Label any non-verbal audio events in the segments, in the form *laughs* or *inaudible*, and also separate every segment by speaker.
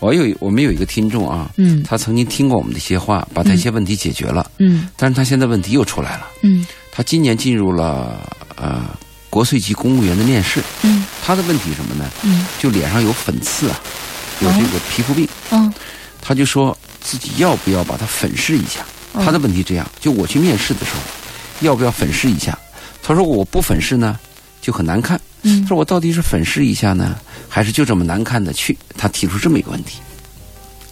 Speaker 1: 我有我们有一个听众啊，
Speaker 2: 嗯
Speaker 1: 他曾经听过我们的一些话，把他一些问题解决了，
Speaker 2: 嗯
Speaker 1: 但是他现在问题又出来了。
Speaker 2: 嗯
Speaker 1: 他今年进入了呃国税局公务员的面试，
Speaker 2: 嗯
Speaker 1: 他的问题什么呢？
Speaker 2: 嗯
Speaker 1: 就脸上有粉刺啊，
Speaker 2: 哦
Speaker 1: 有这个皮肤病，
Speaker 2: 嗯
Speaker 1: 他就说自己要不要把它粉饰一下？
Speaker 2: 嗯
Speaker 1: 他的问题这样，就我去面试的时候，要不要粉饰一下？他说我不粉饰呢，就很难看。他
Speaker 2: 嗯，
Speaker 1: 说我到底是粉饰一下呢，还是就这么难看的去？他提出这么一个问题：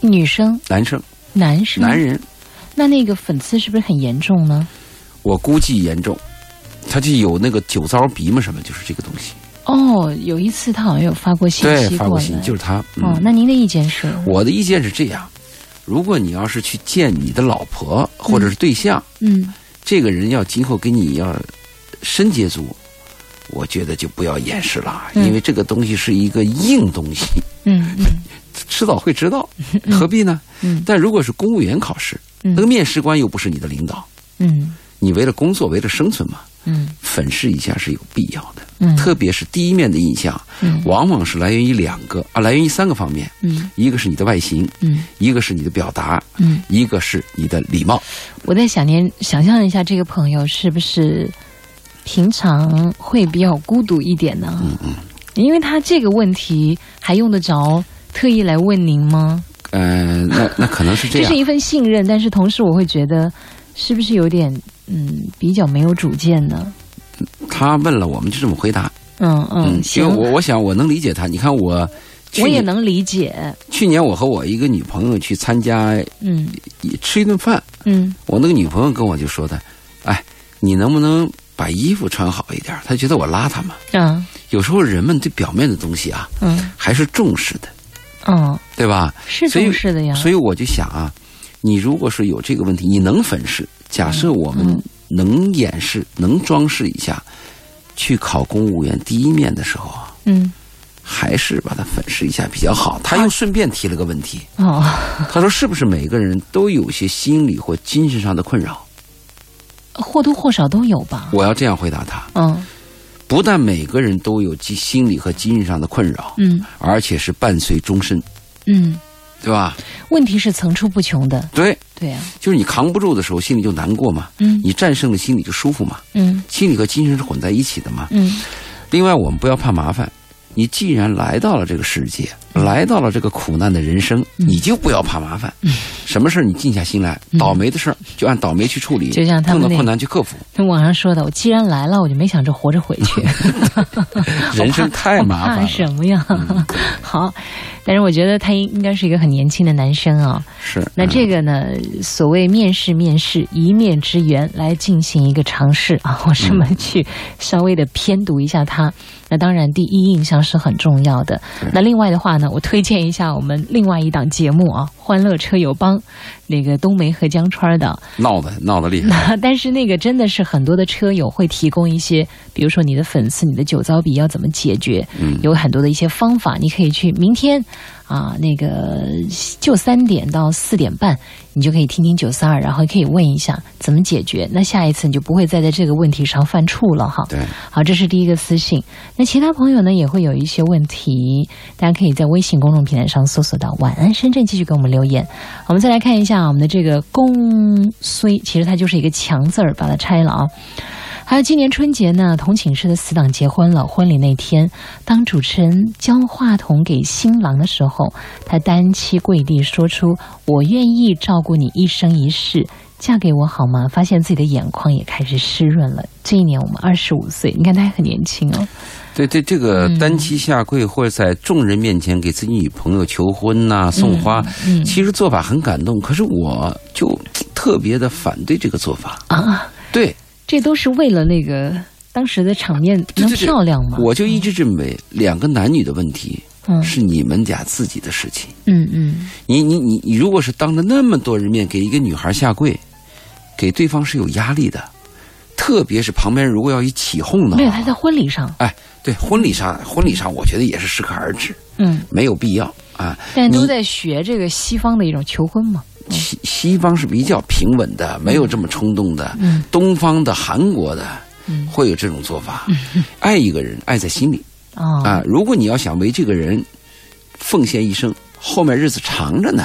Speaker 2: 女生、
Speaker 1: 男生、
Speaker 2: 男生，
Speaker 1: 男人，
Speaker 2: 那那个粉刺是不是很严重呢？
Speaker 1: 我估计严重，他就有那个酒糟鼻嘛，什么就是这个东西。
Speaker 2: 哦，有一次他好像有发过信
Speaker 1: 对，
Speaker 2: 息
Speaker 1: 发
Speaker 2: 过
Speaker 1: 过
Speaker 2: 来，
Speaker 1: 信就是他。嗯、
Speaker 2: 哦，那您的意见是？
Speaker 1: 我的意见是这样：如果你要是去见你的老婆或者是对象，
Speaker 2: 嗯
Speaker 1: 这个人要今后跟你要深接触，我觉得就不要掩饰了，
Speaker 2: 嗯
Speaker 1: 因为这个东西是一个硬东西， *laughs*
Speaker 2: 嗯嗯
Speaker 1: 迟早会知道，何必呢？
Speaker 2: 嗯
Speaker 1: 但如果是公务员考试，
Speaker 2: 嗯
Speaker 1: 那个面试官又不是你的领导，
Speaker 2: 嗯
Speaker 1: 你为了工作，为了生存嘛，
Speaker 2: 嗯
Speaker 1: 粉饰一下是有必要的。
Speaker 2: 嗯，
Speaker 1: 特别是第一面的印象，
Speaker 2: 嗯
Speaker 1: 往往是来源于两个啊，来源于三个方面，
Speaker 2: 嗯
Speaker 1: 一个是你的外形，
Speaker 2: 嗯
Speaker 1: 一个是你的表达，
Speaker 2: 嗯，
Speaker 1: 一个是你的礼貌。
Speaker 2: 我在想念，想象一下这个朋友是不是平常会比较孤独一点呢？嗯嗯，因为他这个问题还用得着特意来问您吗？
Speaker 1: 嗯、
Speaker 2: *laughs*
Speaker 1: 那那可能是这
Speaker 2: 这
Speaker 1: 样
Speaker 2: 是。一份信任，但是同时我会觉得，是不是有点嗯比较没有主见呢？
Speaker 1: 他问了，我们就这么回答。
Speaker 2: 嗯嗯，
Speaker 1: 因
Speaker 2: 行，
Speaker 1: 为我我想我能理解他。你看我，去
Speaker 2: 我也
Speaker 1: 年
Speaker 2: 能理解。
Speaker 1: 去年我和我一个女朋友去参加
Speaker 2: 嗯
Speaker 1: 一吃一顿饭，
Speaker 2: 嗯
Speaker 1: 我那个女朋友跟我就说的，哎，你能不能把衣服穿好一点儿？她觉得我邋遢嘛。
Speaker 2: 啊
Speaker 1: 有时候人们对表面的东西啊，
Speaker 2: 嗯
Speaker 1: 还是重视的，
Speaker 2: 嗯，
Speaker 1: 对吧？
Speaker 2: 是
Speaker 1: 所以
Speaker 2: 重视的呀。
Speaker 1: 所以我就想啊，你如果说有这个问题，你能粉饰，假设我们
Speaker 2: 嗯
Speaker 1: 能掩饰、能装饰一下，去考公务员第一面的时候啊，
Speaker 2: 嗯
Speaker 1: 还是把它粉饰一下比较好。他又
Speaker 2: 啊
Speaker 1: 顺便提了个问题，
Speaker 2: 哦，
Speaker 1: 他说是不是每个人都有些心理或精神上的困扰？
Speaker 2: 啊或多或少都有吧。
Speaker 1: 我要这样回答他：
Speaker 2: 嗯
Speaker 1: 不但每个人都有其心理和精神上的困扰，
Speaker 2: 嗯
Speaker 1: 而且是伴随终身，
Speaker 2: 嗯，
Speaker 1: 对吧？
Speaker 2: 问题是层出不穷的。
Speaker 1: 对，
Speaker 2: 对呀、
Speaker 1: 就是你扛不住的时候，心里就难过嘛；
Speaker 2: 嗯
Speaker 1: 你战胜了，心里就舒服嘛。
Speaker 2: 嗯
Speaker 1: 心理和精神是混在一起的嘛。
Speaker 2: 嗯
Speaker 1: 另外，我们不要怕麻烦。你既然来到了这个世界，
Speaker 2: 嗯
Speaker 1: 来到了这个苦难的人生，你就不要怕麻烦。
Speaker 2: 嗯
Speaker 1: 什么事儿你静下心来，倒霉的事儿就按倒霉去处理，
Speaker 2: 就像他
Speaker 1: 碰
Speaker 2: 们
Speaker 1: 到
Speaker 2: 那
Speaker 1: 困难去克
Speaker 2: *laughs*
Speaker 1: 服。
Speaker 2: 那网上说的，我既然来了，我就没想着活着回去，
Speaker 1: 人生 *laughs* 太麻烦
Speaker 2: 怕
Speaker 1: 了，嗯
Speaker 2: 什么呀？ *laughs* 好，但是我觉得他应应该是一个很年轻的男生啊、
Speaker 1: 是
Speaker 2: 那
Speaker 1: 嗯
Speaker 2: 这个呢，所谓面试，面试一面之缘来进行一个尝试啊， *laughs* 我这么去稍微的偏读一下它。那当然，第一印象是很重要的。那另外的话呢，我推荐一下我们另外一档节目啊，《欢乐车友帮》，那个冬梅和江川的。啊
Speaker 1: 闹得闹得厉害。
Speaker 2: 那 *laughs* 但是那个真的是很多的车友会提供一些，比如说你的粉刺、你的酒糟鼻要怎么解决，
Speaker 1: 嗯
Speaker 2: 有很多的一些方法，你可以去明天啊，那个就三点到四点半，你就可以听听九三二，然后可以问一下怎么解决，那下一次你就不会再在这个问题上犯怵了哈。
Speaker 1: 对，
Speaker 2: 好，这是第一个私信。那其他朋友呢也会有一些问题，大家可以在微信公众平台上搜索到“晚安深圳”，继续给我们留言。我们再来看一下我们的这个“公虽”，其实它就是一个“强”字儿，把它拆了啊。还有今年春节呢，同寝室的死党结婚了。婚礼那天，当主持人将话筒给新郎的时候，他单膝跪地说出：“我愿意照顾你一生一世，嫁给我好吗？”发现自己的眼眶也开始湿润了。这一年我们二十五岁，你看他还很年轻哦。
Speaker 1: 对对，这个
Speaker 2: 嗯
Speaker 1: 单膝下跪或者在众人面前给自己女朋友求婚呐、送花，
Speaker 2: 嗯
Speaker 1: 其实做法很感动。可是我就嘖特别的反对这个做法。
Speaker 2: 啊，
Speaker 1: 对，
Speaker 2: 这都是为了那个当时的场面
Speaker 1: 对
Speaker 2: 能
Speaker 1: 对对
Speaker 2: 漂亮吗？
Speaker 1: 我就一直认为两个男女的问题
Speaker 2: 嗯
Speaker 1: 是你们家自己的事情。
Speaker 2: 嗯嗯
Speaker 1: 你你你你，如果是当着那么多人面给一个女孩下跪，给对方是有压力的，特别是旁边如果要一起哄的
Speaker 2: 没有
Speaker 1: 话
Speaker 2: 他，在婚礼上，
Speaker 1: 哎，对婚礼上婚礼上，我觉得也是适可而止，
Speaker 2: 嗯，
Speaker 1: 没有必要啊。
Speaker 2: 但都
Speaker 1: 你
Speaker 2: 在学这个西方的一种求婚嘛。
Speaker 1: 西西方是比较平稳的，没有这么冲动的。
Speaker 2: 嗯
Speaker 1: 东方的韩国的
Speaker 2: 嗯
Speaker 1: 会有这种做法，爱一个人爱在心里
Speaker 2: 啊
Speaker 1: 啊。如果你要想为这个人奉献一生，
Speaker 3: 后面日子长着呢。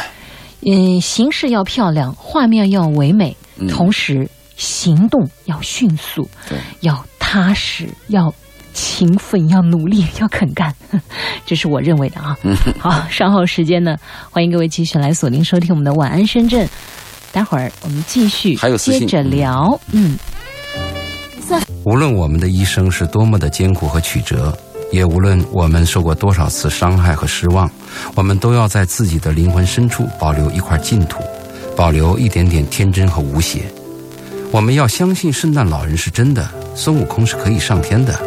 Speaker 2: 嗯，形式要漂亮，画面要唯美，同时行动要迅速，
Speaker 3: 嗯对，
Speaker 2: 要踏实，要勤奋，要努力，要肯干， *laughs* 这是我认为的啊。
Speaker 3: 嗯
Speaker 2: *laughs* 好，稍后时间呢，欢迎各位继续来锁定收听我们的《晚安深圳》，待会儿我们继续
Speaker 3: 还有私
Speaker 2: 接
Speaker 3: 信
Speaker 2: 着聊，嗯。
Speaker 1: 无论我们的一生是多么的艰苦和曲折，也无论我们受过多少次伤害和失望，我们都要在自己的灵魂深处保留一块净土，保留一点点天真和无邪。我们要相信圣诞老人是真的，孙悟空是可以上天的，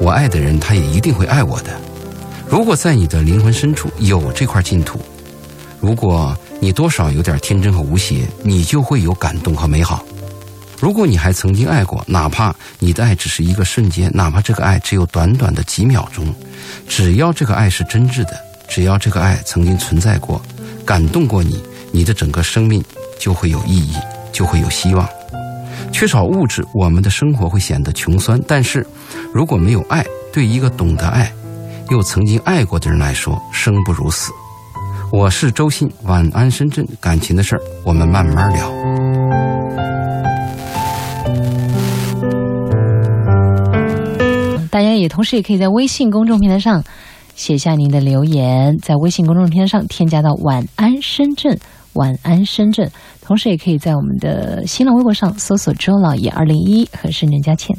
Speaker 1: 我爱的人他也一定会爱我的。如果在你的灵魂深处有这块净土，如果你多少有点天真和无邪，你就会有感动和美好。如果你还曾经爱过，哪怕你的爱只是一个瞬间，哪怕这个爱只有短短的几秒钟，只要这个爱是真挚的，只要这个爱曾经存在过，感动过你，你的整个生命就会有意义，就会有希望。缺少物质，我们的生活会显得穷酸。但是，如果没有爱，对一个懂得爱，又曾经爱过的人来说，生不如死。我是周信，晚安深圳，感情的事儿，我们慢慢聊。
Speaker 2: 大家也同时也可以在微信公众平台上写下您的留言，在微信公众平台上添加到“晚安深圳”，晚安深圳。同时也可以在我们的新浪微博上搜索“周老爷二零一”和“深圳佳倩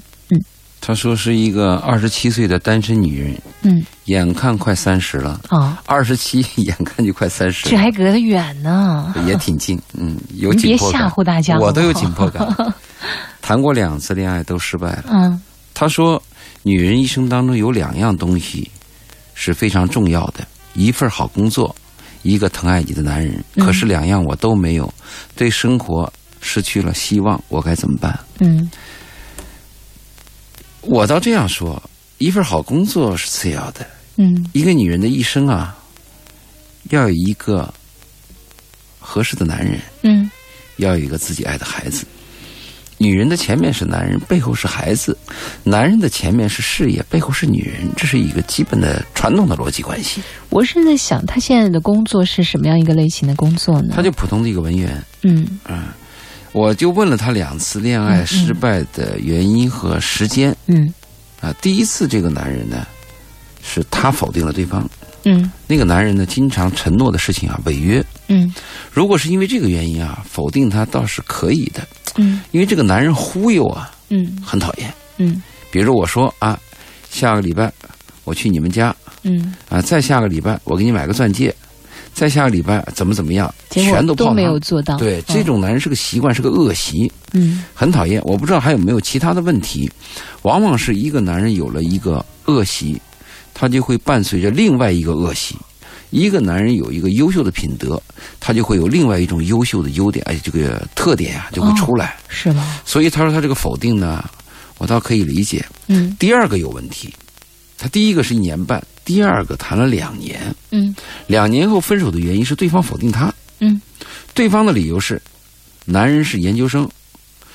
Speaker 3: 他说是一个二十七岁的单身女人，”。
Speaker 2: 嗯，
Speaker 3: 眼看快三十了，
Speaker 2: 啊、
Speaker 3: 二十七眼看就快三十
Speaker 2: 这，还隔得远呢。
Speaker 3: 也挺近，嗯，有
Speaker 2: 您别
Speaker 3: 紧迫感。
Speaker 2: 吓唬大家，
Speaker 3: 我都有
Speaker 2: 好不
Speaker 3: 紧迫感。谈过两次恋爱都失败了。
Speaker 2: 好。嗯
Speaker 3: 他说，女人一生当中有两样东西是非常重要的，一份好工作，一个疼爱你的男人。可是两样我都没有，对生活失去了希望，我该怎么办？
Speaker 2: 嗯
Speaker 3: 我倒这样说，一份好工作是次要的，
Speaker 2: 嗯
Speaker 3: 一个女人的一生啊，要有一个合适的男人，
Speaker 2: 嗯
Speaker 3: 要有一个自己爱的孩子。女人的前面是男人，背后是孩子；男人的前面是事业，背后是女人。这是一个基本的传统的逻辑关系。
Speaker 2: 我是在想他现在的工作是什么样一个类型的工作呢？
Speaker 3: 他就普通的一个文员，
Speaker 2: 嗯
Speaker 3: 我就问了他两次恋爱失败的原因和时间
Speaker 2: 嗯
Speaker 3: 啊。第一次这个男人呢，是他否定了对方。
Speaker 2: 嗯
Speaker 3: 那个男人呢，经常承诺的事情啊违约。
Speaker 2: 嗯
Speaker 3: 如果是因为这个原因啊，否定他倒是可以的，
Speaker 2: 嗯
Speaker 3: 因为这个男人忽悠啊
Speaker 2: 嗯
Speaker 3: 很讨厌。
Speaker 2: 嗯
Speaker 3: 比如我说啊，下个礼拜我去你们家
Speaker 2: 嗯，
Speaker 3: 啊，再下个礼拜我给你买个钻戒，再下个礼拜怎么怎么样，
Speaker 2: 结果
Speaker 3: 全泡
Speaker 2: 都没有
Speaker 3: 汤。
Speaker 2: 做到。哦
Speaker 3: 对，这种男人是个习惯，是个恶习，
Speaker 2: 嗯
Speaker 3: 很讨厌。我不知道还有没有其他的问题，往往是一个男人有了一个恶习，他就会伴随着另外一个恶习。一个男人有一个优秀的品德，他就会有另外一种优秀的优点，哎，这个特点啊就会出来。
Speaker 2: 是吗？
Speaker 3: 所以他说他这个否定呢，我倒可以理解。
Speaker 2: 嗯
Speaker 3: 第二个有问题，他第一个是一年半，第二个谈了两年，
Speaker 2: 嗯
Speaker 3: 两年后分手的原因是对方否定他，
Speaker 2: 嗯
Speaker 3: 对方的理由是，男人是研究生，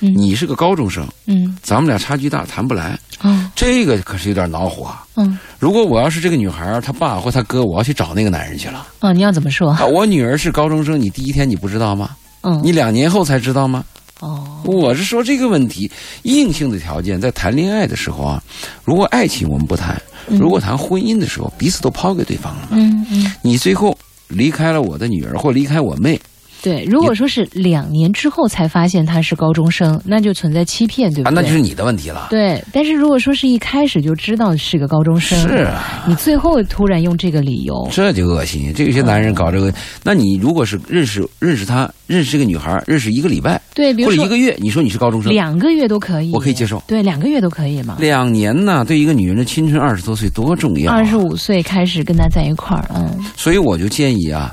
Speaker 2: 嗯
Speaker 3: 你是个高中生，
Speaker 2: 嗯
Speaker 3: 咱们俩差距大，谈不来。
Speaker 2: 哦
Speaker 3: 这个可是有点恼火啊。
Speaker 2: 嗯
Speaker 3: 如果我要是这个女孩儿，她爸或她哥，我要去找那个男人去了。
Speaker 2: 哦，你要怎么说？
Speaker 3: 啊，我女儿是高中生，你第一天你不知道吗？
Speaker 2: 嗯
Speaker 3: 你两年后才知道吗？
Speaker 2: 哦
Speaker 3: 我是说这个问题，硬性的条件在谈恋爱的时候啊，如果爱情我们不谈，
Speaker 2: 嗯
Speaker 3: 如果谈婚姻的时候，彼此都抛给对方了嘛。
Speaker 2: 嗯嗯，
Speaker 3: 你最后离开了我的女儿，或离开我妹，
Speaker 2: 对。如果说是两年之后才发现他是高中生，那就存在欺骗，对
Speaker 3: 啊，
Speaker 2: 不对？
Speaker 3: 那就是你的问题了。
Speaker 2: 对，但是如果说是一开始就知道是个高中生，
Speaker 3: 是啊，
Speaker 2: 你最后突然用这个理由，
Speaker 3: 这就恶心。这有些男人搞这个，那你如果是认识认识她，认识这个女孩，认识一个礼拜
Speaker 2: 对，比
Speaker 3: 或
Speaker 2: 如
Speaker 3: 者
Speaker 2: 说
Speaker 3: 一个月，你说你是高中生，
Speaker 2: 两个月都可以，
Speaker 3: 我可以接受
Speaker 2: 对，两个月都可以嘛。
Speaker 3: 两年呢，对一个女人的青春二十多岁多重要、啊。
Speaker 2: 二十五岁开始跟他在一块儿，嗯
Speaker 3: 所以我就建议啊，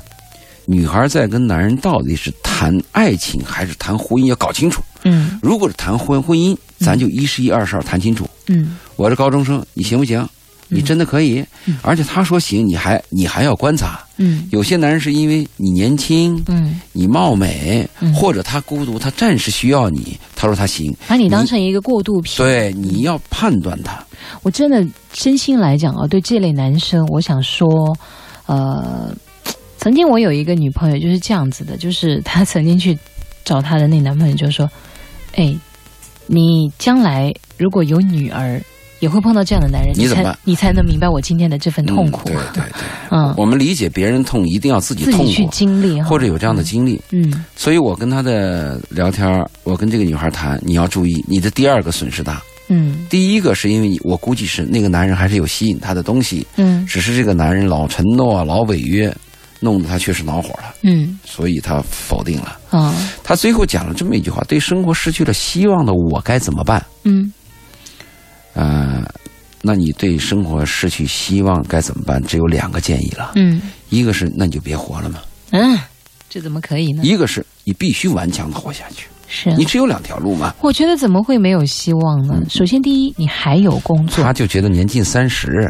Speaker 3: 女孩在跟男人到底是谈爱情还是谈婚姻要搞清楚。
Speaker 2: 嗯
Speaker 3: 如果是谈婚婚姻，咱就一十一二十二谈清楚。
Speaker 2: 嗯
Speaker 3: 我是高中生，你行不行？你真的可以？
Speaker 2: 嗯
Speaker 3: 而且他说行，你还你还要观察。
Speaker 2: 嗯
Speaker 3: 有些男人是因为你年轻，
Speaker 2: 嗯，
Speaker 3: 你貌美
Speaker 2: 嗯，
Speaker 3: 或者他孤独，他暂时需要你。他说他行，
Speaker 2: 把你当成一个过渡品。
Speaker 3: 对，你要判断他。
Speaker 2: 我真的真心来讲啊，对这类男生，我想说，呃，曾经我有一个女朋友就是这样子的，就是她曾经去找她的那男朋友，就说：“哎，你将来如果有女儿，也会碰到这样的男人，
Speaker 3: 你怎么
Speaker 2: 才
Speaker 3: 办
Speaker 2: 你才能明白我今天的这份痛苦
Speaker 3: 嗯。对对对，
Speaker 2: 嗯，
Speaker 3: 我们理解别人痛，一定要自己
Speaker 2: 自
Speaker 3: 痛
Speaker 2: 己去
Speaker 3: 过，
Speaker 2: 经历哈
Speaker 3: 或者有这样的经历。
Speaker 2: 嗯
Speaker 3: 所以我跟她的聊天儿，我跟这个女孩谈，你要注意，你的第二个损失大。
Speaker 2: 嗯
Speaker 3: 第一个是因为你，我估计是那个男人还是有吸引她的东西，
Speaker 2: 嗯
Speaker 3: 只是这个男人老承诺、啊老违约，弄得她确实恼火了，
Speaker 2: 嗯
Speaker 3: 所以她否定了。
Speaker 2: 啊
Speaker 3: 她最后讲了这么一句话：“对生活失去了希望的我该怎么办
Speaker 2: 嗯？”
Speaker 3: 呃，那你对生活失去希望该怎么办？只有两个建议了，
Speaker 2: 嗯
Speaker 3: 一个是那你就别活了嘛，
Speaker 2: 嗯，这怎么可以呢？
Speaker 3: 一个是你必须顽强的活下去，
Speaker 2: 是啊
Speaker 3: 你只有两条路嘛。
Speaker 2: 我觉得怎么会没有希望呢？首先，第一，你还有工作
Speaker 3: 他，就觉得年近三十，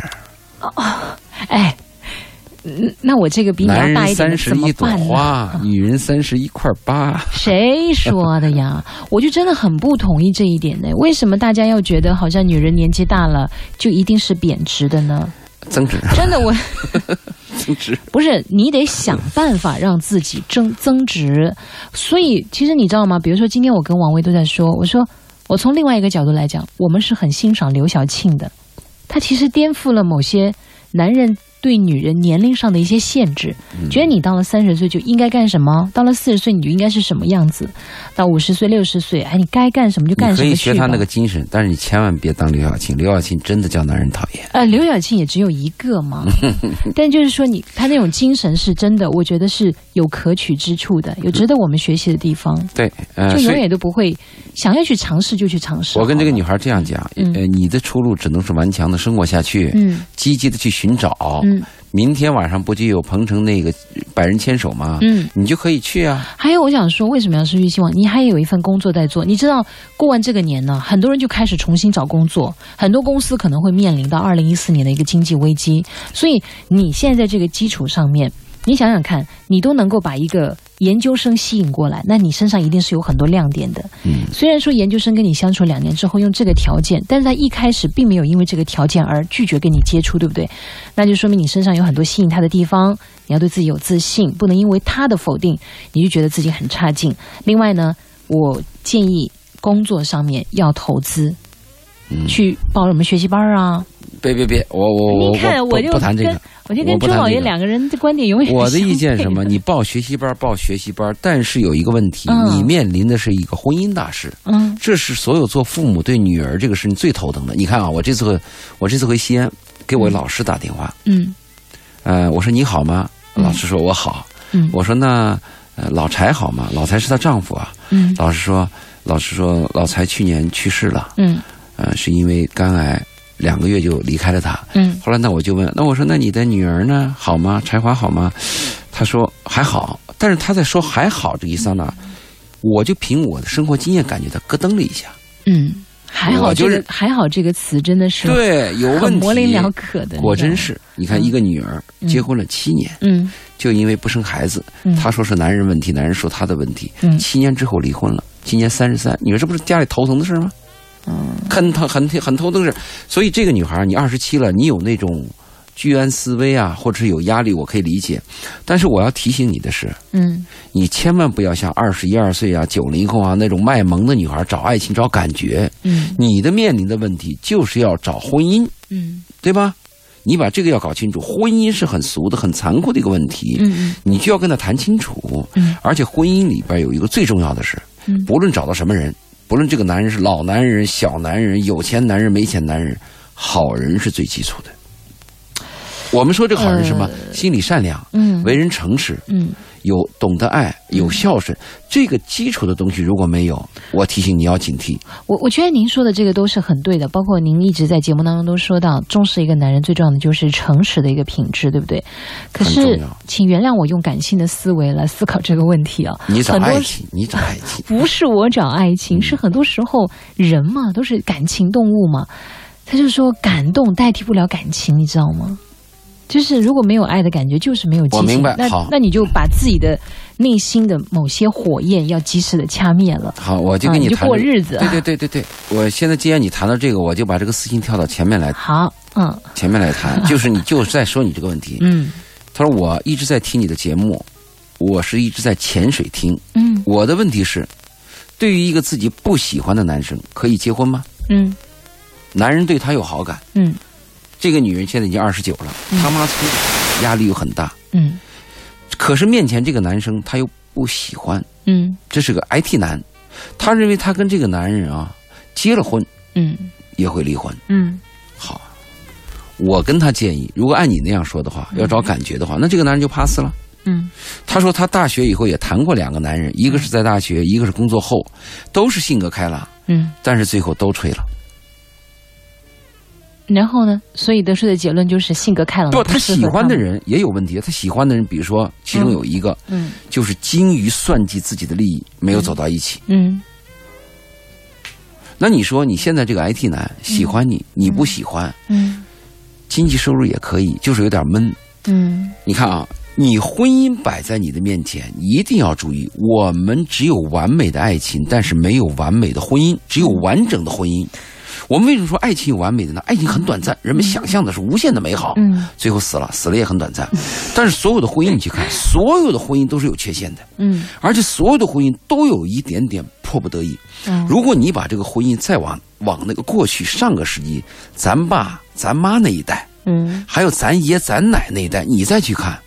Speaker 2: 哎，嗯那我这个比你要
Speaker 3: 男
Speaker 2: 大
Speaker 3: 人
Speaker 2: 一点
Speaker 3: 三
Speaker 2: 的
Speaker 3: 十
Speaker 2: 怎
Speaker 3: 一
Speaker 2: 么
Speaker 3: 朵
Speaker 2: 办呢？啊
Speaker 3: 花，女人三十一块八。
Speaker 2: 谁说的
Speaker 3: *laughs*
Speaker 2: 呀？我就真的很不同意这一点呢。为什么大家要觉得好像女人年纪大了就一定是贬值的呢？
Speaker 3: 增值，
Speaker 2: *laughs* 真的，我
Speaker 3: *laughs* 增值。
Speaker 2: 不是你得想办法让自己增增值。所以，其实你知道吗？比如说，今天我跟王威都在说，我说我从另外一个角度来讲，我们是很欣赏刘晓庆的，她其实颠覆了某些男人。对女人年龄上的一些限制，
Speaker 3: 嗯
Speaker 2: 觉得你到了三十岁就应该干什么，到了四十岁你就应该是什么样子，到五十岁、六十岁，哎，你该干什么就干
Speaker 3: 你
Speaker 2: 什
Speaker 3: 可
Speaker 2: 么
Speaker 3: 以
Speaker 2: 去
Speaker 3: 学
Speaker 2: 吧。
Speaker 3: 他那个精神，但是你千万别当刘晓庆，刘晓庆真的叫男人讨厌。
Speaker 2: 呃，刘晓庆也只有一个
Speaker 3: *laughs*
Speaker 2: 嘛，但就是说你他那种精神是真的，我觉得是有可取之处的，有值得我们学习的地方，
Speaker 3: 对，呃，
Speaker 2: 就
Speaker 3: 所
Speaker 2: 永
Speaker 3: 以
Speaker 2: 远都不会想要去尝试就去尝试。
Speaker 3: 我跟这个
Speaker 2: 好了
Speaker 3: 女，孩这样讲，
Speaker 2: 嗯
Speaker 3: 呃，你的出路只能是顽强的生活下去，
Speaker 2: 嗯
Speaker 3: 积极的去寻找。
Speaker 2: 嗯
Speaker 3: 明天晚上不就有鹏城那个呃百人牵手吗？
Speaker 2: 嗯，
Speaker 3: 你就可以去啊。
Speaker 2: 还有我想说，为什么要失去希望？你还有一份工作在做，你知道过完这个年呢，很多人就开始重新找工作，很多公司可能会面临到二零一四年的一个经济危机，所以你现在在这个基础上面，你想想看，你都能够把一个研究生吸引过来，那你身上一定是有很多亮点的。
Speaker 3: 嗯，
Speaker 2: 虽然说研究生跟你相处两年之后用这个条件，但是他一开始并没有因为这个条件而拒绝跟你接触，对不对？那就说明你身上有很多吸引他的地方，你要对自己有自信，不能因为他的否定你就觉得自己很差劲。另外呢，我建议工作上面要投资，
Speaker 3: 嗯
Speaker 2: 去报什么学习班啊？
Speaker 3: 别别别，我我我
Speaker 2: 你看，
Speaker 3: 我不
Speaker 2: 就
Speaker 3: 不谈这
Speaker 2: 跟
Speaker 3: 个。
Speaker 2: 我就跟
Speaker 3: 我不
Speaker 2: 周
Speaker 3: 谈
Speaker 2: 老
Speaker 3: 这
Speaker 2: 爷
Speaker 3: 个
Speaker 2: 两个人的观点永远
Speaker 3: 我的意见是
Speaker 2: 是 *laughs*
Speaker 3: 什么？你报学习班报学习班，但是有一个问题，
Speaker 2: 嗯
Speaker 3: 你面临的是一个婚姻大事。
Speaker 2: 嗯
Speaker 3: 这是所有做父母对女儿这个事情最头疼的。你看啊，我这次回我这次回西安，给我老师打电话，
Speaker 2: 嗯
Speaker 3: 呃，我说你好吗？
Speaker 2: 嗯
Speaker 3: 老师说我好。
Speaker 2: 嗯
Speaker 3: 我说那呃老柴好吗？老柴是她丈夫啊。
Speaker 2: 嗯
Speaker 3: 老师说，老师说老柴去年去世了，
Speaker 2: 嗯
Speaker 3: 呃，是因为肝癌，两个月就离开了他。
Speaker 2: 嗯
Speaker 3: 后来那我就问，那我说那你的女儿呢？好吗？柴华好吗？她说还好，但是她在说还好这一刹那，我就凭我的生活经验感觉到咯噔了一下。
Speaker 2: 嗯，还好
Speaker 3: 我
Speaker 2: 这
Speaker 3: 就
Speaker 2: 个
Speaker 3: 是
Speaker 2: 还好这个词真的是
Speaker 3: 对，有问
Speaker 2: 很
Speaker 3: 题。
Speaker 2: 模棱两可的，
Speaker 3: 果
Speaker 2: 你知道吗
Speaker 3: 真。是，你看一个女儿
Speaker 2: 嗯
Speaker 3: 结婚了七年，
Speaker 2: 嗯
Speaker 3: 就因为不生孩子，
Speaker 2: 嗯，
Speaker 3: 她说是男人问题，男人说她的问题，
Speaker 2: 嗯
Speaker 3: 七年之后离婚了，今年三十三，你说这不是家里头疼的事儿吗？
Speaker 2: 嗯
Speaker 3: 很疼，很很头疼的事儿。所以这个女孩儿，你二十七了，你有那种居安思危啊，或者是有压力，我可以理解。但是我要提醒你的是，
Speaker 2: 嗯
Speaker 3: 你千万不要像二十一二岁啊、九零后啊那种卖萌的女孩儿找爱情、找感觉。
Speaker 2: 嗯
Speaker 3: 你的面临的问题就是要找婚姻。
Speaker 2: 嗯
Speaker 3: 对吧？你把这个要搞清楚，婚姻是很俗的、很残酷的一个问题，
Speaker 2: 嗯
Speaker 3: 你就要跟他谈清楚。
Speaker 2: 嗯
Speaker 3: 而且婚姻里边有一个最重要的事，
Speaker 2: 嗯
Speaker 3: 不论找到什么人，不论这个男人是老男人、小男人、有钱男人、没钱男人，好人是最基础的。我们说这个好人是什么？心里善良，
Speaker 2: 呃嗯
Speaker 3: 为人诚实，
Speaker 2: 嗯
Speaker 3: 有懂得爱，有孝顺，这个基础的东西如果没有，我提醒你要警惕。
Speaker 2: 我我觉得您说的这个都是很对的，包括您一直在节目当中都说到，重视一个男人最重要的就是诚实的一个品质，对不对？可
Speaker 3: 很
Speaker 2: 是
Speaker 3: 重要，
Speaker 2: 请原谅我用感性的思维来思考这个问题啊。
Speaker 3: 你找
Speaker 2: 很多
Speaker 3: 爱情，你找爱情。
Speaker 2: 不是我找爱
Speaker 3: 嗯
Speaker 2: 情，是很多时候人嘛都是感情动物嘛。他就说感动代替不了感情，你知道吗？就是如果没有爱的感觉，就是没有激情。
Speaker 3: 我明白
Speaker 2: 那
Speaker 3: 好
Speaker 2: 那你就把自己的内心的某些火焰要及时的掐灭了，
Speaker 3: 好，我就跟
Speaker 2: 啊
Speaker 3: 你
Speaker 2: 就
Speaker 3: 谈
Speaker 2: 过
Speaker 3: 这个
Speaker 2: 日子。
Speaker 3: 对对对对对，我现在既然你谈到这个，我就把这个私信跳到前面来，
Speaker 2: 好，嗯
Speaker 3: 前面来谈，就是你就在说你这个问题，
Speaker 2: 嗯
Speaker 3: 他说我一直在听你的节目，我是一直在潜水听。
Speaker 2: 嗯
Speaker 3: 我的问题是，对于一个自己不喜欢的男生，可以结婚吗？
Speaker 2: 嗯
Speaker 3: 男人对她有好感，
Speaker 2: 嗯
Speaker 3: 这个女人现在已经二十九了，
Speaker 2: 嗯
Speaker 3: 他妈催的，压力又很大。
Speaker 2: 嗯
Speaker 3: 可是面前这个男生他又不喜欢，
Speaker 2: 嗯
Speaker 3: 这是个 IT 男，他认为他跟这个男人啊结了婚
Speaker 2: 嗯
Speaker 3: 也会离婚。
Speaker 2: 嗯
Speaker 3: 好，我跟他建议，如果按你那样说的话，要找感觉的话，那这个男人就 pass 了。
Speaker 2: 嗯
Speaker 3: 他说他大学以后也谈过两个男人，一个是在大学，一个是工作后，都是性格开朗，
Speaker 2: 嗯，
Speaker 3: 但是最后都吹了。
Speaker 2: 然后呢？所以得出的结论就是性格开朗，
Speaker 3: 不，他
Speaker 2: 适合
Speaker 3: 喜欢的
Speaker 2: 们，
Speaker 3: 人也有问题。他喜欢的人，比如说其中有一个
Speaker 2: 嗯
Speaker 3: 就是精于算计自己的利益，没有走到一起。
Speaker 2: 嗯
Speaker 3: 那你说你现在这个 IT 男喜欢你，你不喜欢，
Speaker 2: 嗯
Speaker 3: 经济收入也可以，就是有点闷。
Speaker 2: 嗯
Speaker 3: 你看啊，你婚姻摆在你的面前，你一定要注意。我们只有完美的爱情，但是没有完美的婚姻，只有完整的婚姻。我们为什么说爱情有完美的呢？爱情很短暂，人们想象的是无限的美好，
Speaker 2: 嗯
Speaker 3: 最后死了，死了也很短暂。但是所有的婚姻，你去看，所有的婚姻都是有缺陷的，
Speaker 2: 嗯
Speaker 3: 而且所有的婚姻都有一点点迫不得已。
Speaker 2: 嗯，
Speaker 3: 如果你把这个婚姻再往往那个过去上个世纪，咱爸咱妈那一代，
Speaker 2: 嗯
Speaker 3: 还有咱爷咱奶那一代，你再去看，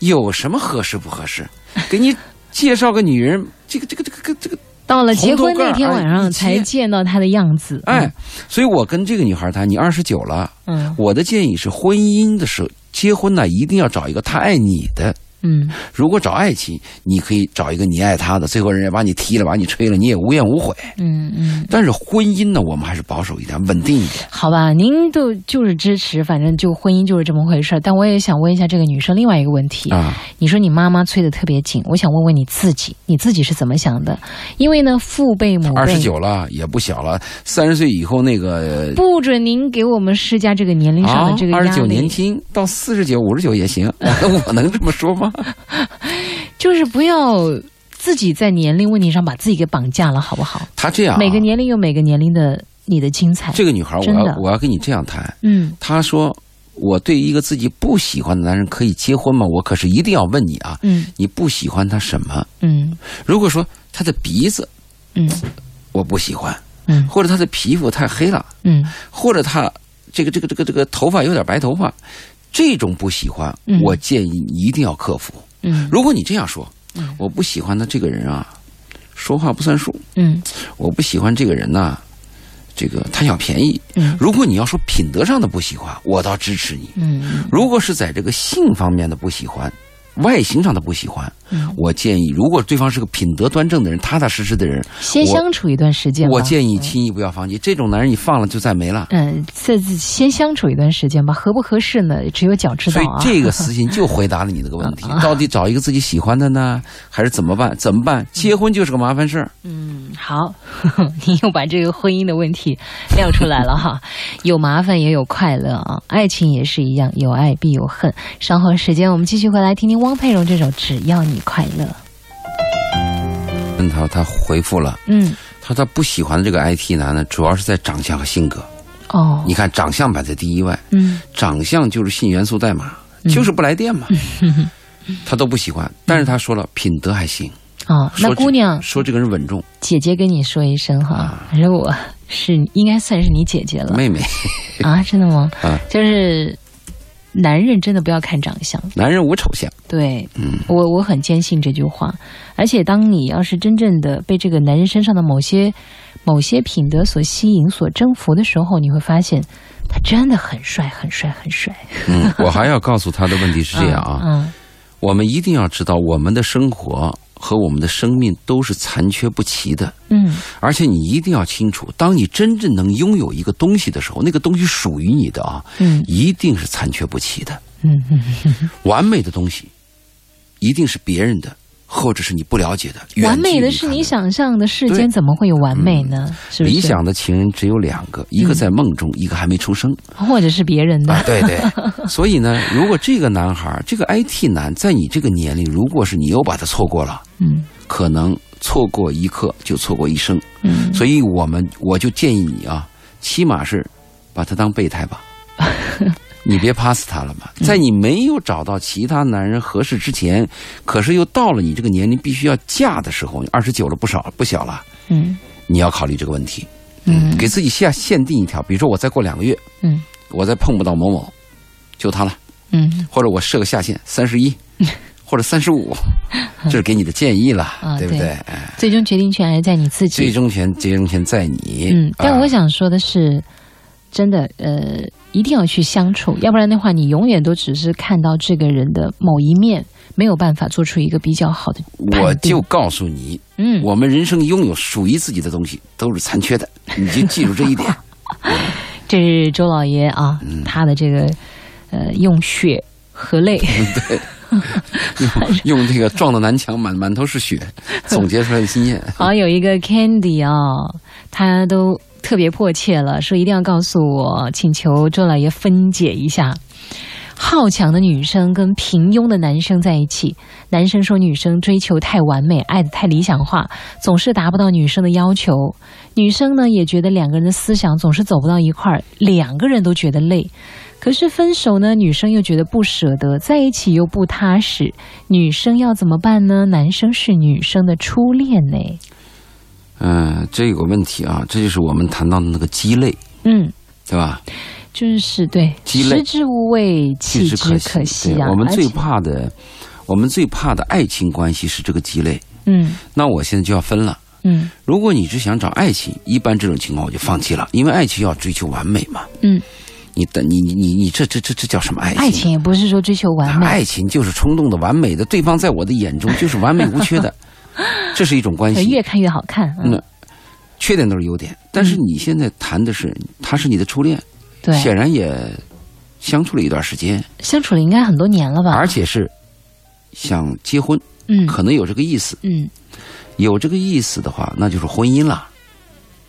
Speaker 3: 有什么合适不合适？给你介绍个女人，这个这个这个这个，
Speaker 2: 到了结婚
Speaker 3: 红头盖
Speaker 2: 那
Speaker 3: 儿
Speaker 2: 天晚
Speaker 3: 哎
Speaker 2: 上
Speaker 3: 一
Speaker 2: 才
Speaker 3: 接
Speaker 2: 见到他的样子，
Speaker 3: 哎，所以我跟这个女孩谈，你二十九了，
Speaker 2: 嗯
Speaker 3: 我的建议是，婚姻的时候，结婚呢一定要找一个他爱你的。
Speaker 2: 嗯
Speaker 3: 如果找爱情，你可以找一个你爱他的，最后人家把你踢了，把你吹了，你也无怨无悔。
Speaker 2: 嗯嗯，
Speaker 3: 但是婚姻呢，我们还是保守一点，稳定一点。
Speaker 2: 好吧，您都就是支持，反正就婚姻就是这么回事儿。但我也想问一下这个女生另外一个问题，
Speaker 3: 啊，
Speaker 2: 你说你妈妈催得特别紧，我想问问你自己，你自己是怎么想的？因为呢，父辈母辈
Speaker 3: 二十九了也不小了，三十岁以后那个
Speaker 2: 不准您给我们施加这个年龄上的这个压
Speaker 3: 啊二
Speaker 2: 力。
Speaker 3: 十九年轻到四十九、五十九
Speaker 2: *laughs*
Speaker 3: 也行，那我能这么说吗？
Speaker 2: 就是不要自己在年龄问题上把自己给绑架了，好不好？
Speaker 3: 他这样、啊，
Speaker 2: 每个年龄有每个年龄的你的精彩。
Speaker 3: 这个女孩，我
Speaker 2: 真的
Speaker 3: 要我要跟你这样谈。
Speaker 2: 嗯
Speaker 3: 她说，我对一个自己不喜欢的男人可以结婚吗？我可是一定要问你啊，
Speaker 2: 嗯
Speaker 3: 你不喜欢他什么？
Speaker 2: 嗯
Speaker 3: 如果说他的鼻子
Speaker 2: 嗯
Speaker 3: 我不喜欢，
Speaker 2: 嗯
Speaker 3: 或者他的皮肤太黑了，
Speaker 2: 嗯
Speaker 3: 或者他这个这个这个这个头发有点白头发，这种不喜欢
Speaker 2: 嗯，
Speaker 3: 我建议你一定要克服。
Speaker 2: 嗯
Speaker 3: 如果你这样说，我不喜欢的这个人啊，说话不算数。
Speaker 2: 嗯
Speaker 3: 我不喜欢这个人呐、这个贪小便宜。
Speaker 2: 嗯
Speaker 3: 如果你要说品德上的不喜欢，我倒支持你；
Speaker 2: 嗯
Speaker 3: 如果是在这个性方面的不喜欢，外形上的不喜欢，
Speaker 2: 嗯，
Speaker 3: 我建议，如果对方是个品德端正的人、踏踏实实的人，
Speaker 2: 先相处一段时间吧。
Speaker 3: 我建议轻易不要放弃。这种男人你放了就再没了。
Speaker 2: 嗯，再自先相处一段时间吧，合不合适呢？只有脚知道
Speaker 3: 所以
Speaker 2: 啊。
Speaker 3: 这个私信就回答了你这个 *laughs* 问题：到底找一个自己喜欢的呢，还是怎么办？怎么办？结婚就是个麻烦事儿。
Speaker 2: 好， *laughs* 你又把这个婚姻的问题亮出来了
Speaker 3: *laughs*
Speaker 2: 哈，有麻烦也有快乐啊，爱情也是一样，有爱必有恨。稍后时间我们继续回来听听汪佩蓉这首《只要你快乐》。
Speaker 3: 问他，嗯他回复了，
Speaker 2: 嗯，
Speaker 3: 他说他不喜欢的这个 IT 男呢，主要是在长相和性格。
Speaker 2: 哦
Speaker 3: 你，看，长相摆在第一位，
Speaker 2: 嗯
Speaker 3: 长相就是信元素代码，就是不来电
Speaker 2: *laughs*
Speaker 3: 嘛。他都不喜欢，但是他说了品德还行。
Speaker 2: 哦，那
Speaker 3: 说这
Speaker 2: 姑娘
Speaker 3: 说这个人稳重，
Speaker 2: 姐姐跟你说一声哈，
Speaker 3: 啊
Speaker 2: 反正我是应该算是你姐姐了 *laughs*
Speaker 3: 妹妹，
Speaker 2: 啊，真的吗？
Speaker 3: 啊
Speaker 2: 就是男人真的不要看长相。
Speaker 3: 男人无丑相。
Speaker 2: 对，
Speaker 3: 嗯
Speaker 2: 我我很坚信这句话。而且，当你要是真正的被这个男人身上的某些某些品德所吸引、所征服的时候，你会发现他真的很帅、很帅、很帅。
Speaker 3: 嗯，我还要告诉他的问题是这样啊，
Speaker 2: 嗯
Speaker 3: *laughs* 我们一定要知道，我们的生活和我们的生命都是残缺不齐的。
Speaker 2: 嗯
Speaker 3: 而且你一定要清楚，当你真正能拥有一个东西的时候，那个东西属于你的啊，
Speaker 2: 嗯
Speaker 3: 一定是残缺不齐的。
Speaker 2: 嗯嗯
Speaker 3: 完美的东西，一定是别人的，或者是你不了解的。
Speaker 2: 嗯，
Speaker 3: 远
Speaker 2: 完
Speaker 3: 距离
Speaker 2: 美的是
Speaker 3: 看
Speaker 2: 你
Speaker 3: 的
Speaker 2: 想象的世
Speaker 3: 对嗯
Speaker 2: 间，怎么会有完美呢？是不是？
Speaker 3: 理想的情人只有两个，一个在梦中，一个还没出生
Speaker 2: 或者是别人的
Speaker 3: 嗯 *laughs* 啊。对对， *laughs* 所以呢，如果这个男孩，这个 IT 男，在你这个年龄，如果是你又把他错过了，
Speaker 2: 嗯
Speaker 3: 可能错过一刻就错过一生。
Speaker 2: 嗯
Speaker 3: 所 *laughs* 以我们我就建议你啊，起码是把他当备胎吧。你别 pass 他了嘛。在你没有找到其他男人合适之前，可是又到了你这个年龄必须要嫁的时候，你二十九了不少不小了，
Speaker 2: 嗯
Speaker 3: 你要考虑这个问题，
Speaker 2: 嗯
Speaker 3: 给自己下限定一条，比如说我再过两个月，
Speaker 2: 嗯
Speaker 3: 我再碰不到某某，就他了，
Speaker 2: 嗯
Speaker 3: 或者我设个下限三十一，或者三
Speaker 2: *laughs*
Speaker 3: 十五，这是给你的建议了，
Speaker 2: 啊
Speaker 3: 对不
Speaker 2: 对
Speaker 3: 对？哎
Speaker 2: 最终决定权还是在你自
Speaker 3: 最
Speaker 2: 己。
Speaker 3: 终权，最终权在你。
Speaker 2: 嗯，但我
Speaker 3: 啊
Speaker 2: 想说的是，真的，呃，一定要去相处，要不然的话，你永远都只是看到这个人的某一面，没有办法做出一个比较好的
Speaker 3: 我
Speaker 2: 判定
Speaker 3: 就告诉你，
Speaker 2: 嗯。
Speaker 3: 我们人生拥有属于自己的东西都是残缺的，你就记住这一
Speaker 2: *laughs*
Speaker 3: 点。
Speaker 2: 这是周老爷啊，
Speaker 3: 嗯
Speaker 2: 他的这个呃用血和泪，
Speaker 3: 用这个撞到南墙满满头是血，总结出来的经验。 *laughs*
Speaker 2: 好像有一个 Candy 啊、他都特别迫切了，说一定要告诉我，请求周老爷分解一下。好强的女生跟平庸的男生在一起，男生说女生追求太完美，爱的太理想化，总是达不到女生的要求。女生呢也觉得两个人的思想总是走不到一块儿，两个人都觉得累。可是分手呢，女生又觉得不舍得，在一起又不踏实，女生要怎么办呢？男生是女生的初恋呢。
Speaker 3: 嗯、这有个问题啊，这就是我们谈到的那个鸡肋，
Speaker 2: 嗯，
Speaker 3: 对吧？
Speaker 2: 就是对，
Speaker 3: 鸡肋
Speaker 2: 食之无味，弃
Speaker 3: 之
Speaker 2: 之
Speaker 3: 惜。
Speaker 2: 可惜
Speaker 3: 对
Speaker 2: 啊。
Speaker 3: 我们
Speaker 2: 而
Speaker 3: 最
Speaker 2: 且
Speaker 3: 怕的，我们最怕的爱情关系是这个鸡肋。
Speaker 2: 嗯
Speaker 3: 那我现在就要分了。
Speaker 2: 嗯
Speaker 3: 如果你只想找爱情，一般这种情况我就放弃了，因为爱情要追求完美嘛。
Speaker 2: 嗯，
Speaker 3: 你等你你你你这这这这叫什么爱情？
Speaker 2: 爱情也不是说追求完美，
Speaker 3: 哎爱情就是冲动的、完美的，对方在我的眼中就是完美无缺
Speaker 2: *laughs*
Speaker 3: 的，这是一种关
Speaker 2: 可
Speaker 3: 系。
Speaker 2: 越看越好看。嗯，
Speaker 3: 嗯，缺点都是优点，但是你现在谈的是他是你的初恋，
Speaker 2: 对，
Speaker 3: 显然也相处了一段时间，
Speaker 2: 相处了应该很多年了吧？
Speaker 3: 而且是想结婚，
Speaker 2: 嗯
Speaker 3: 可能有这个意思。
Speaker 2: 嗯
Speaker 3: 有这个意思的话，那就是婚姻了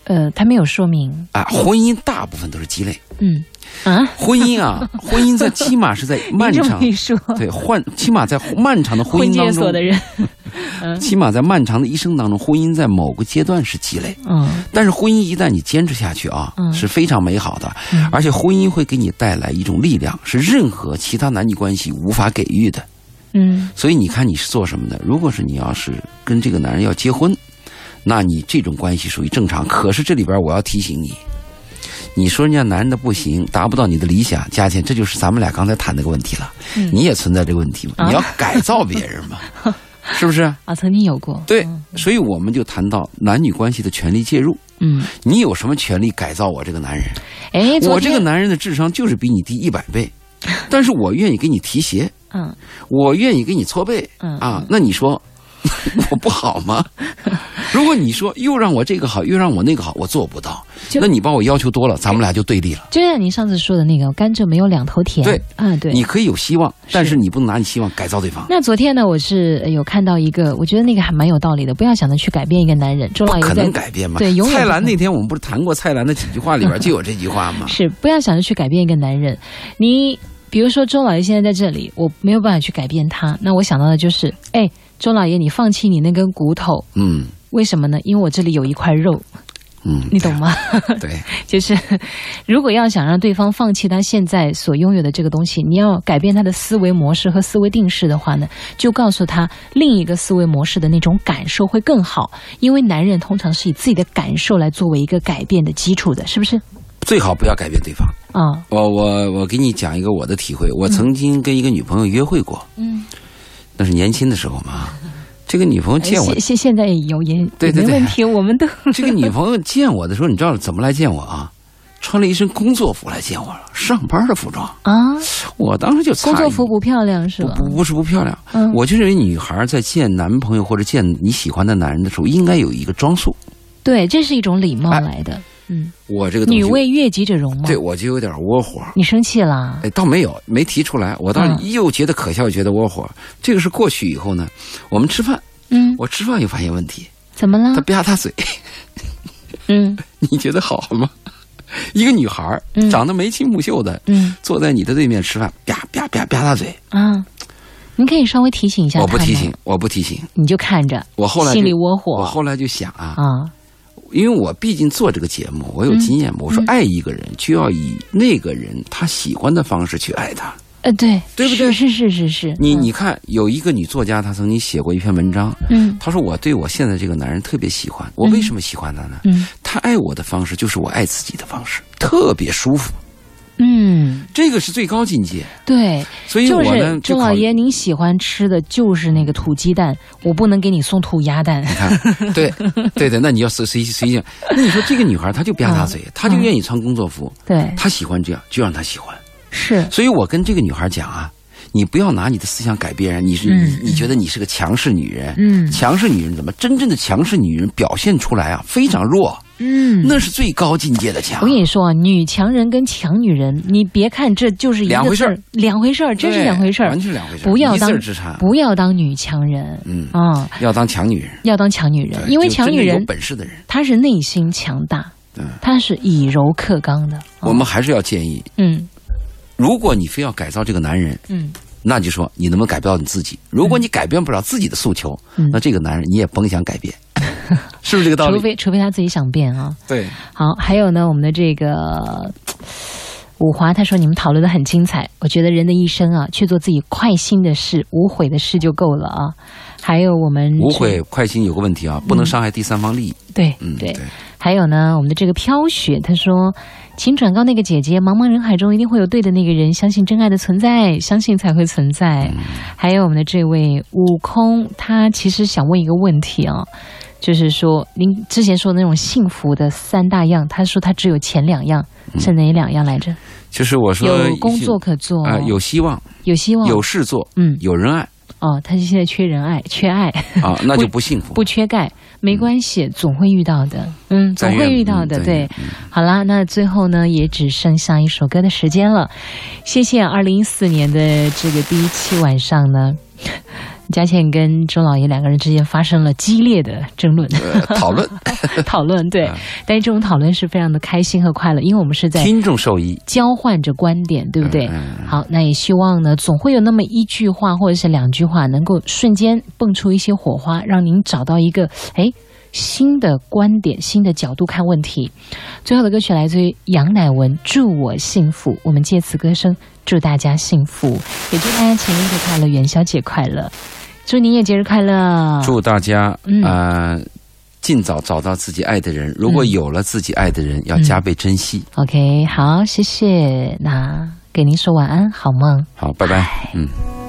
Speaker 2: 呃，他没有说明。
Speaker 3: 啊！婚姻大部分都是鸡肋，
Speaker 2: 嗯啊，
Speaker 3: 婚姻
Speaker 2: *laughs*
Speaker 3: 啊，婚姻在起码是在漫
Speaker 2: 你这么
Speaker 3: 长
Speaker 2: 一说，
Speaker 3: 对换，起码在漫长的婚
Speaker 2: 婚
Speaker 3: 姻
Speaker 2: 介
Speaker 3: 当
Speaker 2: 所
Speaker 3: 中
Speaker 2: 的，
Speaker 3: *laughs*
Speaker 2: 人，嗯
Speaker 3: 起码在漫长的一生当中，婚姻在某个阶段是鸡肋。
Speaker 2: 嗯
Speaker 3: 但是婚姻一旦你坚持下去啊，
Speaker 2: 嗯
Speaker 3: 是非常美好的，
Speaker 2: 嗯
Speaker 3: 而且婚姻会给你带来一种力量，是任何其他男女关系无法给予的。
Speaker 2: 嗯
Speaker 3: 所以你看你是做什么的？如果是你要是跟这个男人要结婚，那你这种关系属于正常。可是这里边我要提醒你，你说人家男人的不行，达不到你的理想，佳倩，这就是咱们俩刚才谈那个问题了。
Speaker 2: 嗯
Speaker 3: 你也存在这个问题嘛？
Speaker 2: 啊
Speaker 3: 你要改造别
Speaker 2: *laughs*
Speaker 3: 人嘛？是不是？
Speaker 2: 啊，曾经有过。
Speaker 3: 对，所以我们就谈到男女关系的权利介入。
Speaker 2: 嗯，
Speaker 3: 你有什么权利改造我这个男人？
Speaker 2: 哎，昨
Speaker 3: 我这
Speaker 2: 天
Speaker 3: 个男人的智商就是比你低一百倍，但是我愿意给你提鞋，
Speaker 2: 嗯
Speaker 3: 我愿意给你搓背
Speaker 2: 嗯
Speaker 3: 啊。那你说 *laughs* 我不好吗？如果你说又让我这个好，又让我那个好，我做不到，
Speaker 2: 就
Speaker 3: 那你把我要求多了，咱们俩就对立了。
Speaker 2: 就像您上次说的那个，甘蔗没有两头甜。
Speaker 3: 对
Speaker 2: 啊，对。
Speaker 3: 你可以有希望，但
Speaker 2: 是
Speaker 3: 是你不能拿你希望改造对方。
Speaker 2: 那昨天呢，我是呃有看到一个，我觉得那个还蛮有道理的，不要想着去改变一个男人。周老
Speaker 3: 不
Speaker 2: 爷
Speaker 3: 可
Speaker 2: 在
Speaker 3: 能改变嘛？
Speaker 2: 对永远
Speaker 3: 蔡
Speaker 2: 不
Speaker 3: 澜
Speaker 2: 可？
Speaker 3: 那天我们不是谈过蔡澜的几句话里边就有这句话吗
Speaker 2: 是不要想着去改变一个男人。你比如说周老爷现在在这里，我没有办法去改变他，那我想到的就是，哎，周老爷，你放弃你那根骨头，
Speaker 3: 嗯
Speaker 2: 为什么呢？因为我这里有一块肉，
Speaker 3: 嗯，
Speaker 2: 你懂吗？
Speaker 3: *laughs* 对，
Speaker 2: *laughs* 就是如果要想让对方放弃他现在所拥有的这个东西，你要改变他的思维模式和思维定式的话呢，就告诉他另一个思维模式的那种感受会更好，因为男人通常是以自己的感受来作为一个改变的基础的，是不是？
Speaker 3: 最好不要改变对方。
Speaker 2: 啊，
Speaker 3: 我我我给你讲一个我的体会，我曾经跟一个女朋友约会过，
Speaker 2: 嗯，
Speaker 3: 那是年轻的时候嘛。这个女朋友见我
Speaker 2: 现，现现在有也
Speaker 3: 对
Speaker 2: 也
Speaker 3: 对对
Speaker 2: 没问题，我们都
Speaker 3: *laughs* 这个女朋友见我的时候，你知道怎么来见我啊？穿了一身工作服来见我了，上班的服装。
Speaker 2: 啊，
Speaker 3: 我当时就诧异
Speaker 2: 工作服不漂亮是
Speaker 3: 不
Speaker 2: 吧？
Speaker 3: 不不是不漂亮，
Speaker 2: 嗯
Speaker 3: 我就认为女孩在见男朋友或者见你喜欢的男人的时候，应该有一个装束。
Speaker 2: 对，这是一种礼貌来的，嗯，
Speaker 3: 我哎这个东西
Speaker 2: 女为悦己者容嘛。
Speaker 3: 对我就有点窝火。
Speaker 2: 你生气啦？
Speaker 3: 哎，倒没有，没提出来。我当时
Speaker 2: 嗯
Speaker 3: 又觉得可笑，又觉得窝火。这个是过去以后呢，我们吃饭，
Speaker 2: 嗯，
Speaker 3: 我吃饭又发现问题，
Speaker 2: 怎么
Speaker 3: 他
Speaker 2: 了？
Speaker 3: 吧嗒嘴， *laughs*
Speaker 2: 嗯
Speaker 3: 你觉得好吗？一个女孩儿
Speaker 2: 嗯
Speaker 3: 长得眉清目秀的，
Speaker 2: 嗯
Speaker 3: 坐在你的对面吃饭，啪啪啪啪嗒嘴，
Speaker 2: 啊，你可以稍微提醒一下
Speaker 3: 我不
Speaker 2: 他
Speaker 3: 提
Speaker 2: 吗
Speaker 3: 醒，，我不提醒。
Speaker 2: 你就看着，
Speaker 3: 我后来就
Speaker 2: 心里窝
Speaker 3: 我
Speaker 2: 火
Speaker 3: 后来就想啊，
Speaker 2: 啊，
Speaker 3: 因为我毕竟做这个节目，
Speaker 2: 嗯
Speaker 3: 我有经验嘛。我说爱一个人，就要以那个人他喜欢的方式去爱他。
Speaker 2: 呃，对，
Speaker 3: 对不对
Speaker 2: 是是是是是，
Speaker 3: 你
Speaker 2: 嗯
Speaker 3: 你看，有一个女作家，她曾经写过一篇文章，
Speaker 2: 嗯
Speaker 3: 她说我对我现在这个男人特别喜欢，我为什么喜欢他呢？
Speaker 2: 嗯
Speaker 3: 他爱我的方式就是我爱自己的方式，特别舒服，
Speaker 2: 嗯，
Speaker 3: 这个是最高境界。
Speaker 2: 对，
Speaker 3: 所以
Speaker 2: 就
Speaker 3: 我
Speaker 2: 是
Speaker 3: 呢，
Speaker 2: 周
Speaker 3: 考
Speaker 2: 老
Speaker 3: 虑
Speaker 2: 爷，您喜欢吃的就是那个土鸡蛋，我不能给你送土鸭
Speaker 3: *laughs*
Speaker 2: 蛋。
Speaker 3: 对对对，那你要随随随意，那你说这个女孩她就吧
Speaker 2: 啊
Speaker 3: 嗒嘴，她就愿意穿工作服，
Speaker 2: 对，
Speaker 3: 她喜欢这样，就让她喜欢。
Speaker 2: 是，
Speaker 3: 所以我跟这个女孩讲啊，你不要拿你的思想改变人，你是
Speaker 2: 嗯
Speaker 3: 你你觉得你是个强势女人，
Speaker 2: 嗯
Speaker 3: 强势女人怎么？真正的强势女人表现出来啊，非常弱，
Speaker 2: 嗯。
Speaker 3: 那是最高境界的强
Speaker 2: 我跟。你说啊，女强人跟强女人，你别看这就是一个
Speaker 3: 两回事儿
Speaker 2: 字两回事儿，真是
Speaker 3: 对
Speaker 2: 两回事儿
Speaker 3: 完。全是两回事儿，
Speaker 2: 不要
Speaker 3: 一字
Speaker 2: 当
Speaker 3: 儿之差，
Speaker 2: 不要当女强人，
Speaker 3: 嗯
Speaker 2: 啊、
Speaker 3: 要当强女人，
Speaker 2: 要当强女人，
Speaker 3: 对
Speaker 2: 因为
Speaker 3: 就
Speaker 2: 强
Speaker 3: 真
Speaker 2: 女
Speaker 3: 正有
Speaker 2: 人
Speaker 3: 本事的人，
Speaker 2: 她是内心强大
Speaker 3: 对，嗯
Speaker 2: 她是以柔克刚的。
Speaker 3: 我们还是要建议，
Speaker 2: 嗯
Speaker 3: 如果你非要改造这个男人，
Speaker 2: 嗯
Speaker 3: 那就说你能不能改变到你自己？如果你改变不了自己的诉求，
Speaker 2: 嗯
Speaker 3: 那，这个男人你也甭想改
Speaker 2: *laughs*
Speaker 3: 变，是不是这个道
Speaker 2: 除
Speaker 3: 理？
Speaker 2: 非除非她自己想变啊。
Speaker 3: 对，
Speaker 2: 好，还有呢，我们的这个五华他说你们讨论的很精彩，我觉得人的一生啊，去做自己快心的事、无悔的事就够了啊。还有我们
Speaker 3: 无悔快心有个问题
Speaker 2: 嗯
Speaker 3: 啊，不能伤害第三方利益。
Speaker 2: 对
Speaker 3: 嗯，
Speaker 2: 对
Speaker 3: 对，，
Speaker 2: 还有呢，我们的这个飘雪，他说，请转告那个姐姐，茫茫人海中一定会有对的那个人，相信真爱的存在，相信才会存在。
Speaker 3: 嗯
Speaker 2: 还有我们的这位悟空，他其实想问一个问题啊，就是说您之前说的那种幸福的三大样，他说他只有前两样，是哪两样来着？
Speaker 3: 就是我嗯说
Speaker 2: 有工作哦可做，
Speaker 3: 啊、有希望，
Speaker 2: 有希望，
Speaker 3: 有事做，
Speaker 2: 嗯
Speaker 3: 有人爱
Speaker 2: 哦，他现在缺人爱，缺爱 *laughs*
Speaker 3: 啊，那就不幸福。
Speaker 2: 不缺
Speaker 3: 嗯
Speaker 2: 钙，没关系，总会遇到的，嗯，总
Speaker 3: 但愿
Speaker 2: 会遇到的，
Speaker 3: 嗯但
Speaker 2: 对
Speaker 3: 愿。嗯
Speaker 2: 好啦，那最后呢，也只剩下一首歌的时间了。谢谢二零一四年的这个第一期晚上呢，佳倩跟周老爷两个人之间发生了激烈的争论
Speaker 3: 呃，讨论
Speaker 2: *laughs* 讨论，对。
Speaker 3: 嗯
Speaker 2: 但是这种讨论是非常的开心和快乐，因为我们是在
Speaker 3: 听众受益，
Speaker 2: 交换着观点，对不对？
Speaker 3: 嗯嗯
Speaker 2: 好，那也希望呢，总会有那么一句话或者是两句话，能够瞬间蹦出一些火花，让您找到一个哎新的观点、新的角度看问题。最后的歌曲来自于杨乃文，《祝我幸福》。我们借此歌声祝大家幸福，也祝大家情人节快乐，元宵节快乐，祝您也节日快乐。
Speaker 3: 祝大家
Speaker 2: 嗯
Speaker 3: 啊、呃尽早找到自己爱的人。如果有了自己爱的人，
Speaker 2: 嗯
Speaker 3: 要加倍珍惜。
Speaker 2: OK，好，谢谢，那给您说晚安，好梦。
Speaker 3: 好，拜拜，嗯。
Speaker 4: 我